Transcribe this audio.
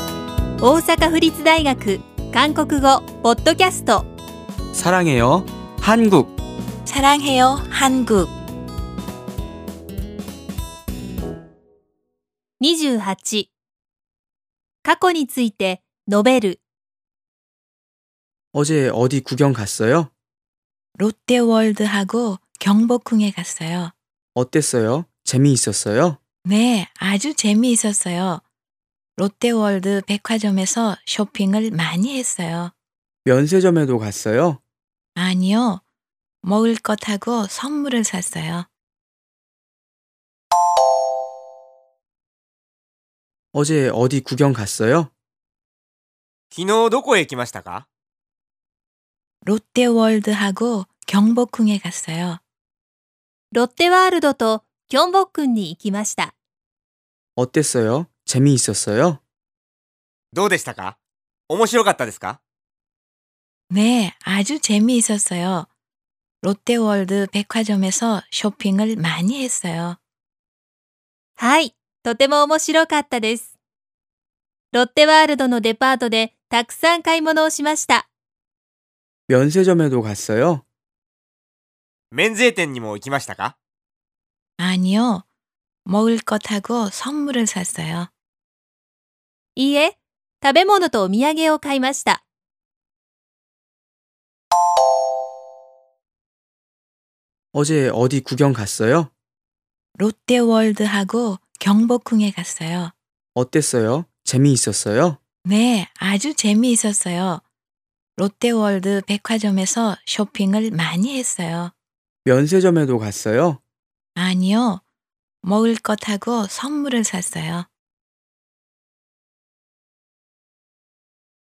大阪府立大学韓国語ポッドキャスト 사랑해요. 한국. 사랑해요 한국 28過去について述べる 어제 어디 구경 갔어요? 롯데월드하고 경복궁에 갔어요. 어땠어요? 재미있었어요? 네, 아주 재미있었어요. 롯데월드 백화점에서 쇼핑을 많이 했어요. 면세점에도 갔어요? 아니요, 먹을 것하고 선물을 샀어요. 어제 어디 구경 갔어요? 昨日どこへ行きましたか 롯데월드하고 경복궁에 갔어요. ロッテワールドとキョンボックンに行きました。 어땠어요? 재미있었어요? どうでしたか面白かったですか 네, 아주 재미있었어요. 롯데월드 백화점에서 쇼핑을 많이 했어요. はい、とても面白かったです。ロッテワールドのデパートでたくさん買い物をしました。 면세점에도 갔어요? 免税店にも行きましたか 아니요, 먹을 것하고 선물을 샀어요. いいえ、食べ物とお土産を買いました。 어제 어디 구경 갔어요? 롯데월드하고 경복궁에 갔어요. 어땠어요? 재미있었어요? 네, 아주 재미있었어요. 롯데월드 백화점에서 쇼핑을 많이 했어요. 면세점에도 갔어요? 아니요, 먹을 것하고 선물을 샀어요.